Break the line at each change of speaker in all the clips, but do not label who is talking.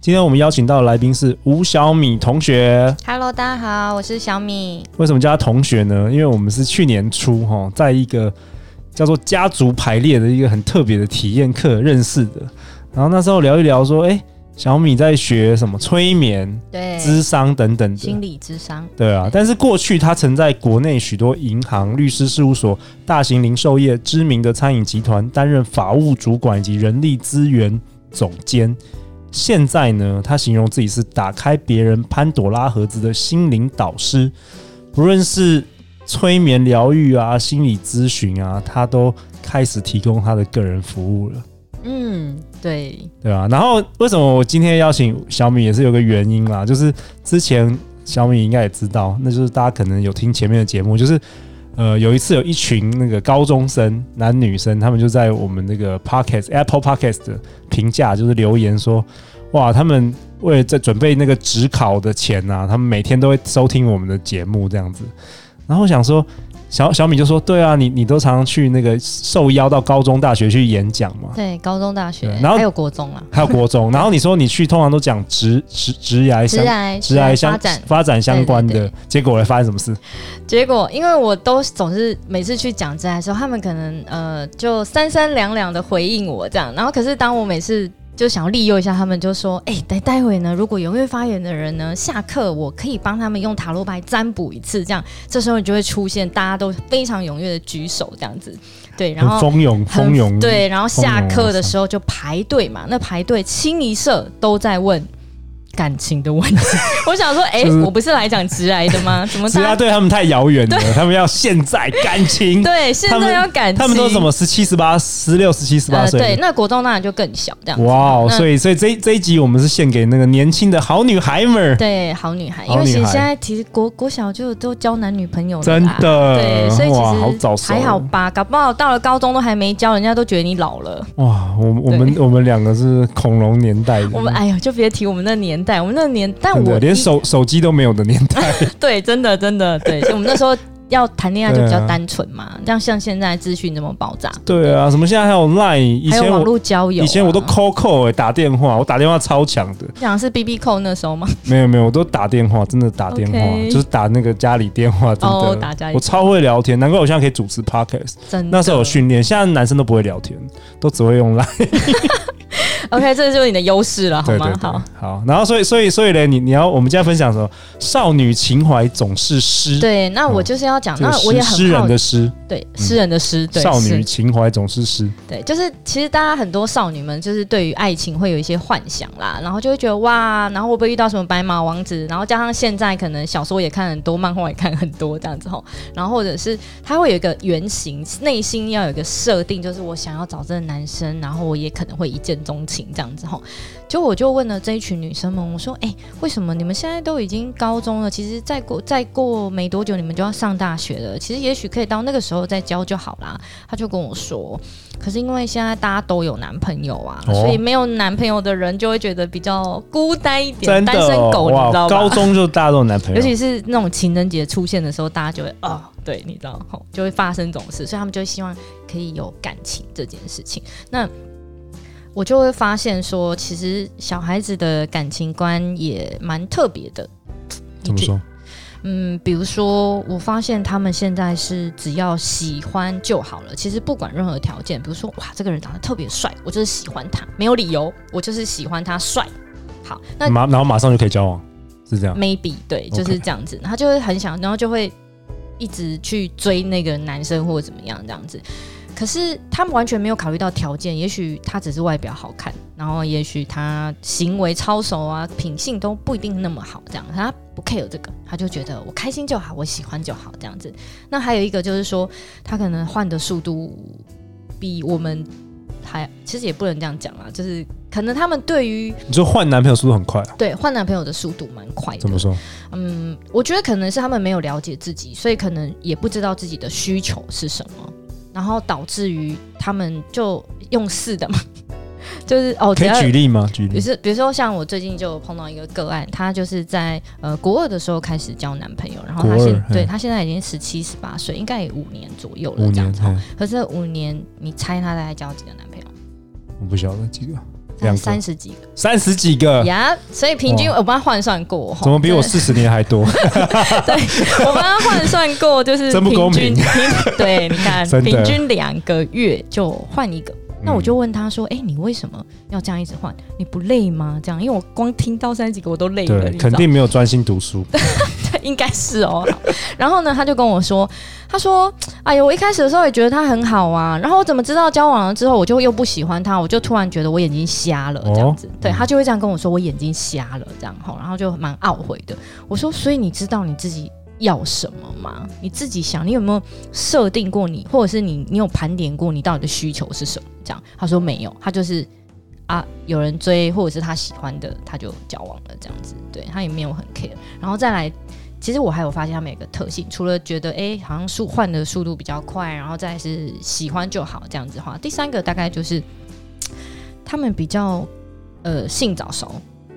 今天我们邀请到的来宾是吴小米同学。
Hello，大家好，我是小米。
为什么叫他同学呢？因为我们是去年初哈，在一个叫做家族排列的一个很特别的体验课认识的。然后那时候聊一聊说，哎、小米在学什么催眠、
对，
智商等等的
心。理智商，
对啊，但是过去他曾在国内许多银行、律师事务所、大型零售业、知名的餐饮集团担任法务主管以及人力资源总监。现在呢，他形容自己是打开别人潘朵拉盒子的心灵导师，不论是催眠疗愈啊、心理咨询啊，他都开始提供他的个人服务了。
嗯，对，
对啊，然后为什么我今天邀请小米也是有个原因啦，就是之前小米应该也知道，那就是大家可能有听前面的节目，就是呃有一次有一群那个高中生男女生，他们就在我们那个 Podcast Apple Podcast 的评价就是留言说，哇，他们为了在准备那个职考的钱呐、他们每天都会收听我们的节目这样子，然后我想说。小小米就说：“对啊，你你都常常去那个受邀到高中、大学去演讲嘛，
对，高中、大学，
对然后
还有国中啊，
还有国中。然后你说你去通常都讲职职职涯
直
相
来
职涯相
发展。
发展相关的，
对对对
结果来发生什么事？
结果，因为我都总是每次去讲职来的时候，他们可能呃就三三两两的回应我这样，然后可是当我每次。就想要利诱一下他们，就说：“哎、待待会呢，如果有会发言的人呢，下课我可以帮他们用塔罗牌占卜一次，这样，这时候你就会出现大家都非常踊跃的举手，这样子，对，然后
很蜂拥
很
蜂拥，，啊
对，然后下
蜂拥而
课的
上
时候就排队嘛，那排队清一色都在问感情的问 题。我想说，哎、
就是
我不是来讲直癌 的吗？怎么
职
大
涯
家
啊对他们太遥远了，他们要现在感情，
对现在要感情？
他们都什么十七、十八、十六、十七、十八
呃，嗯对，
岁。
那国中当然就更小这样子。
哇哦！
那
所以所以这这一集我们是献给那个年轻的好女孩们儿，
对，好女孩，
好
因为其实
女孩
现在其实国国小就都交男女朋友了，
真。的，
对，所以其
哇，好
实
早熟，
还好吧，搞不好到了高中都还没交，人家都觉得你老了。
哇！我我们我们两个是恐龙年代的，
我们哎呀，就别提我们那年代，我们那年，但
嗯真的
我
连
一
手手机都没有的年代，
对，真的真的对，所以我们那时候要谈恋爱就比
对
较
啊
单纯嘛，这样像现在资讯这么爆炸，
对啊，什么现在还有 Line，以
还有
前
网
我
络交友啊、
以前我都 call call 哎打电话，我打电话超强的，
讲的是 B B 扣那时候吗？
没有没有，我都打电话，真的打电话
OK
就是打那个家里电话，真的。
哦，打家里
我超会聊天，难怪我现在可以主持 podcast。
真的
那时候有训练，现在男生都不会聊天，都只会用
哦
line。
OK，这就是你的优势了，好
对
吗？
对对，
好，
然后所以所以所以嘞，你你要我们今天分享什么？少女情怀总是诗，
对，那我就是要讲，
这个
那我
诗
也
诗
很
人
好
的诗，
对诗人的诗，对
少
是
女情怀总是诗。
对，就是其实大家很多少女们就是对于爱情会有一些幻想啦，然后就会觉得哇，然后会不会遇到什么白马王子？然后加上现在可能小说也看很多，漫画也看很多这样子吼，然后或者是他会有一个原型，内心要有一个设定，就是我想要找这个男生，然后我也可能会一见钟情这样子吼。就我就问了这一群女生们，我说，哎、为什么你们现在都已经高中了？其实再过再过没多久，你们就要上大学了。其实也许可以到那个时候再交就好啦。他就跟我说，可是因为现在大家都有男朋友啊，
哦
所以没有男朋友的人就会觉得比较孤单一点，
真的
单身
哦
狗，你知
哇！
道
高
吧？
中就大家都有男朋
尤
友，
其是那种情人节出现的时候，大家就会哦，对，你知道，吼就会发生这种事，所以他们就会希望可以有感情这件事情。那我就会发现说，其实小孩子的感情观也蛮特别的。
怎么说？
嗯，比如说，我发现他们现在是只要喜欢就好了，其实不管任何条件，比如说，哇，这个人长得特别帅，我就是喜欢他，没有理由，我就是喜欢他帅。好，那嗯
马然后马上就可以交往，是这样。
maybe 对，
啊 OK
就是这样子，他就会很想，然后就会一直去追那个男生或者怎么样这样子。可是他们完全没有考虑到条件，也许他只是外表好看，然后也许他行为操守啊、品性都不一定那么好，这样他不 care 这个，他就觉得我开心就好，我喜欢就好这样子。那还有一个就是说，他可能换的速度比我们还其实也不能这样讲啊，就是可能他们对于
你说换男朋友速度很快啊？
对换男朋友的速度蛮快的
怎么，说？
嗯，我觉得可能是他们没有了解自己，所以可能也不知道自己的需求是什么，然后导致于他们就用试的嘛， 就是哦，
可
只
以
要
举例吗？举
比如
例。
说，比如说像我最近就碰到一个个案，她就是在呃国二的时候开始交男朋友，然后她
国二
现对
嗯
她现在已经十七十八岁，应该也五年左右了
五
这样
年
子哦。，
嗯
可是这五年，你猜她大概交几个男朋友？
我不晓得几个，
大
两
概
个
三十几个
三十几个，
呀所以平均我帮她换算过，吼
怎么比我
真
四十年还多？
的我帮她换算过，就是
真不公平
平均。 平对，你看，
真的
平均两个月就换一个。 那我就
嗯
问她说：“哎、你为什么要这样一直换？你不累吗？这样，因为我光听到三十几个我都累了，
对
你，知
肯
道
定没有专心读书。
应该是哦。好然后呢，他就跟我说，他说：“哎呀，我一开始的时候也觉得他很好啊，然后我怎么知道交往了之后我就又不喜欢他，我就突然觉得我眼睛瞎了这
哦
样子。对他就会这样跟我说，我眼睛瞎了这样吼，然后就蛮懊悔的。我说，所以你知道你自己。要什么吗？你自己想，你有没有设定过你，或者是你，你有盘点过你到底的需求是什么？这样，他说没有，他就是啊，有人追或者是他喜欢的，他就交往了这样子，对他也没有很 care。然后再来，其实我还有发现他们有个特性，除了觉得诶好像速换的速度比较快，然后再是喜欢就好这样子的话，第三个大概就是嘖他们比较呃性早熟，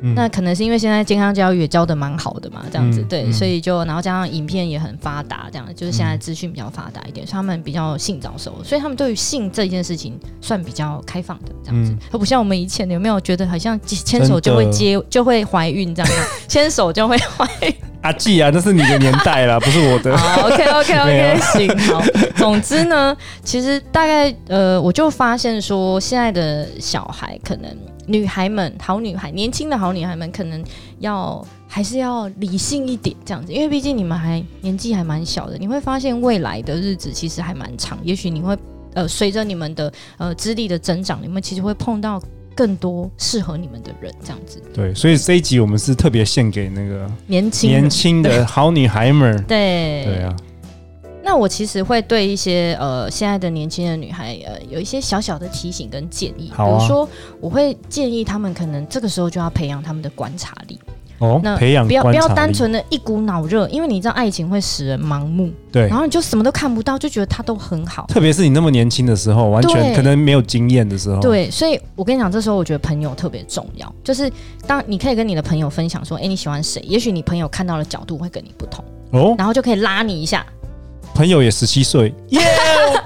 嗯
那可能是因为现在健康教育也教的蛮好的嘛，这样子、
嗯
对，
嗯
所以就然后加上影片也很发达，这样就是现在
嗯
资讯比较发达一点，所以他们比较性早熟，所以他们对于性这件事情算比较开放的这样子
嗯，
而不像我们以前有没有觉得好像牵手
真
就
的
会接就会怀孕这 样，牵手就会怀孕。
阿季啊，那是你的年代 啦，不是我的。
好，OK OK
没
OK，
有
行，好。总之呢，其实大概呃，我就发现说，现在的小孩可能女孩们，好女孩，年轻的好女孩们，可能要还是要理性一点这样子，因为毕竟你们还年纪还蛮小的，你会发现未来的日子其实还蛮长，也许你会呃，随着你们的呃资历的增长，你们其实会碰到。更多适合你们的人，这样子，
对，所以这一集我们是特别献给那个
年轻人
年轻的好女孩们儿。
对
对啊，
那我其实会对一些呃现在的年轻的女孩呃有一些小小的提醒跟建议，
好啊
比如说我会建议她们可能这个时候就要培养她们的观察力，
哦
那，
培养
不要不
观
要
察
单
力
纯的一股脑热，因为你知道爱情会使人盲目，
对
然，后你就什么都看不到，就觉得他都很好。
特别是你那么年轻的时候，完
对
全可能没有经验的时候，，
对，所以我跟你讲，这时候我觉得朋友特别重要，就是当你可以跟你的朋友分享说，诶，你喜欢谁？也许你朋友看到的角度会跟你不同，
哦，
然后就可以拉你一下，
朋友也十七岁，耶，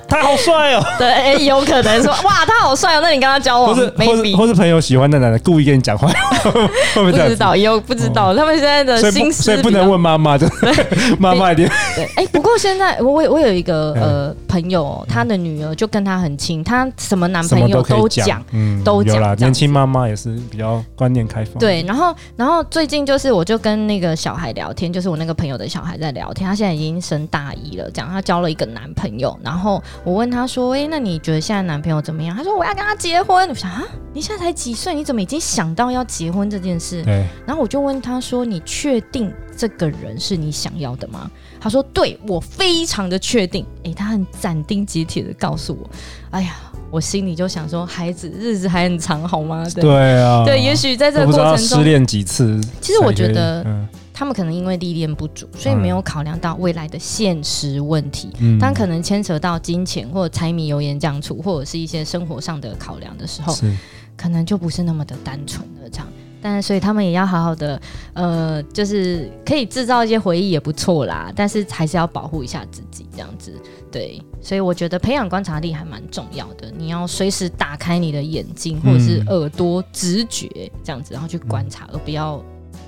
他好帅哦，
对，诶有可能说，哇，他好帅哦，那你跟他交
或
往
是或
，maybe
是或是朋友喜欢的男的故意跟你讲坏，会不会
不
这样
知
子？
道，也有不知道，他们现在
所以
的
不
呃心思
所以不能
比较
问妈 妈，就是 妈妈一定
对，哎、不过现在我我我有一个
嗯
呃朋友哦，他的女儿就跟他很亲，他什么男
什
朋
么
友
都可以
都
讲
讲。，
嗯
都
有
讲
啦。
这样
年轻妈妈也是比较观念开放，
对，然后，然后最近就是，我就跟那个小孩聊天，就是我那个朋友的小孩在聊天，他现在已经升大一了，讲他交了一个男朋友，然后我问他说，哎、那你觉得现在男朋友怎么样？他说我要跟他结婚。我想啊，你现在才几岁，你怎么已经想到要结婚这件事？
对，
然后我就问他说：“你确定这个人是你想要的吗？”他说：“对我非常的确定。”诶，他很斩钉截铁的告诉我：“哎呀，我心里就想说，孩子日子还很长，好吗？”对
对啊，
对，也许在这
我
个
不知道
过程
失
中，
恋几次，
其实我
才可以
觉得
嗯
他们可能因为历练不足，所以没有考量到未来的现实问题。
嗯
当可能牵扯到金钱或柴米油盐酱醋，或者是一些生活上的考量的时候，
是
可能就不是那么的单纯了，这样。但所以他们也要好好的，呃，就是可以制造一些回忆也不错啦，但是还是要保护一下自己这样子。对，所以我觉得培养观察力还蛮重要的，你要随时打开你的眼睛或者是耳朵、直觉这样子，然后去观察，而不要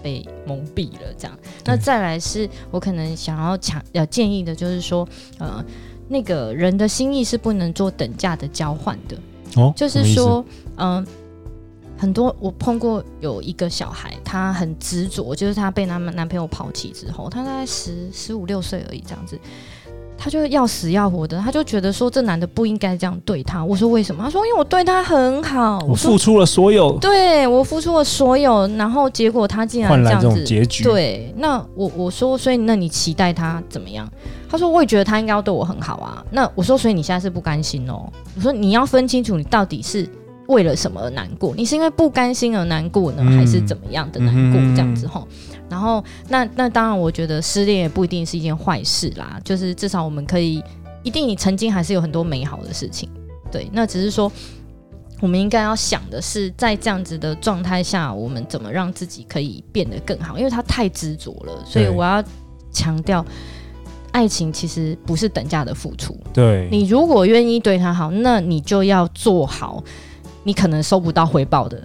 被蒙蔽了这样。那再来是我可能想要强呃建议的就是说，呃，那个人的心意是不能做等价的交换的。
哦，
就
什
是
么意思，
说，嗯、很多我碰过有一个小孩，他很执着，就是他被男男朋友抛弃之后，他大概十十五六岁而已这样子，他就要死要活的，他就觉得说这男的不应该这样对他。我说为什么？他说因为我对他很好，
我
说
付出了所有，
对我付出了所有，然后结果他竟然
换
这
来
样
这种
子，
结局，
对，那我我说，所以那你期待他怎么样？他说，我也觉得他应该要对我很好啊。那我说，所以你现在是不甘心哦？我说，你要分清楚，你到底是为了什么而难过？你是因为不甘心而难过呢，
嗯
还是怎么样的难过？
嗯
这样子吼。然后，那那当然，我觉得失恋也不一定是一件坏事啦，就是至少我们可以，一定你曾经还是有很多美好的事情。对，那只是说。我们应该要想的是，在这样子的状态下，我们怎么让自己可以变得更好？因为他太执着了，所以
对
我要强调，爱情其实不是等价的付出。
对，
你如果愿意对他好，那你就要做好你可能收不到回报的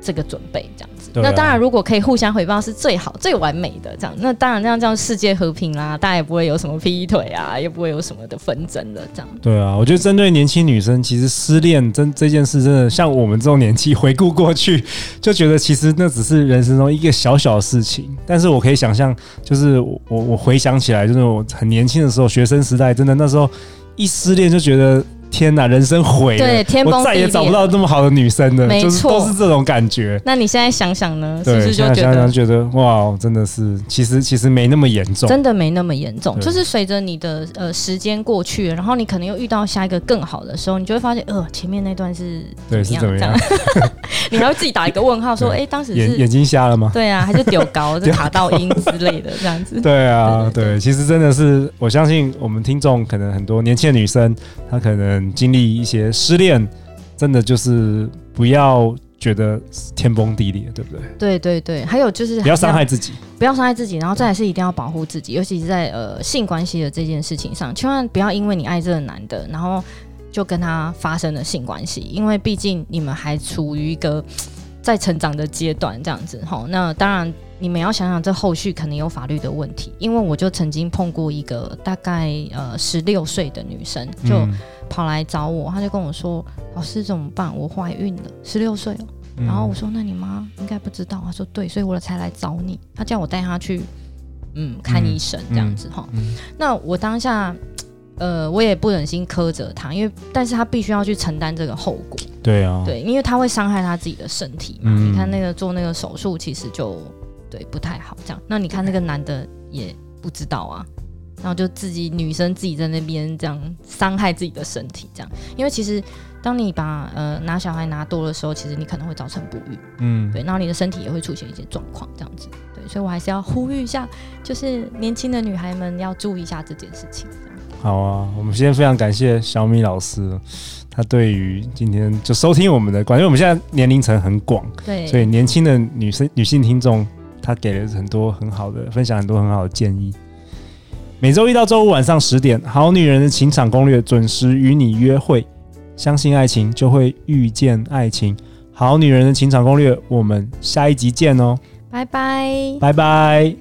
这个准备，这样子。
对啊
那当然，如果可以互相回报是最好、最完美的这样。那当然，这样这样世界和平啦，大家也不会有什么劈腿啊，也不会有什么的纷争了，这样。
对啊，我觉得针对年轻女生，其实失恋真这件事，真的像我们这种年纪，回顾过去就觉得其实那只是人生中一个小小的事情。但是我可以想象，就是我我我回想起来，就是我很年轻的时候，学生时代，真的那时候一失恋就觉得天哪，人生毁了，
对天崩地
哎我再也
裂
找不到那么好的女生了，
没
就是
错
都是这种感觉。
那你现在想想呢，是
对，
不是就
现在
觉
想
得
想觉得哇，真的是，其实其实没那么严重。
真的没那么严重，
对
就是随着你的呃时间过去，然后你可能又遇到下一个更好的时候，你就会发现，呃，前面那段是
对，是怎么
这
样？
你还会自己打一个问号，说，
对
哎、当时
眼
是
眼睛瞎了吗？
对啊，还是丢 高，就卡到音之类的这样子。
对啊，
对
对，其实真的是，我相信我们听众可能很多年轻的女生，她可能经历一些失恋，真的就是不要觉得天崩地裂，对不对？
对对对，还有就是
不要伤害，自己。
不要伤害自己，然后再来是一定要保护自己，尤其是在呃性关系的这件事情上，千万不要因为你爱这个男的，然后就跟他发生了性关系，因为毕竟你们还处于一个在成长的阶段，这样子吼。那当然。你们要想想，这后续可能有法律的问题，因为我就曾经碰过一个大概呃十六岁的女生，就
嗯
跑来找我，她就跟我说：“老师怎么办？我怀孕了，十六岁哦。”
嗯
然后我说：“那你妈应该不知道。”她说：“对，所以我才来找你。”她叫我带她去，嗯，看医生这样子哈。
嗯
那我当下，呃，我也不忍心苛责她，因为但是她必须要去承担这个后果，
对啊，
对，因为她会伤害她自己的身体嘛。
嗯
你看那个做那个手术，其实就对不太好这样。那你看那个男的也不知道啊。然后就自己女生自己在那边这样伤害自己的身体，这样，因为其实当你把呃拿小孩拿多的时候，其实你可能会造成不育，
嗯，
对，然后你的身体也会出现一些状况，这样子，对，所以我还是要呼吁一下，就是年轻的女孩们要注意一下这件事情。这样
好啊，我们先非常感谢小米老师，他对于今天就收听我们的，关于我们现在年龄层很广，
对，
所以年轻的女生女性听众，她给了很多很好的分享，很多很好的建议。每周一到周五晚上十点，《好女人的情场攻略》准时与你约会。相信爱情，就会遇见爱情。《好女人的情场攻略》，我们下一集见哦，
拜拜。
拜拜。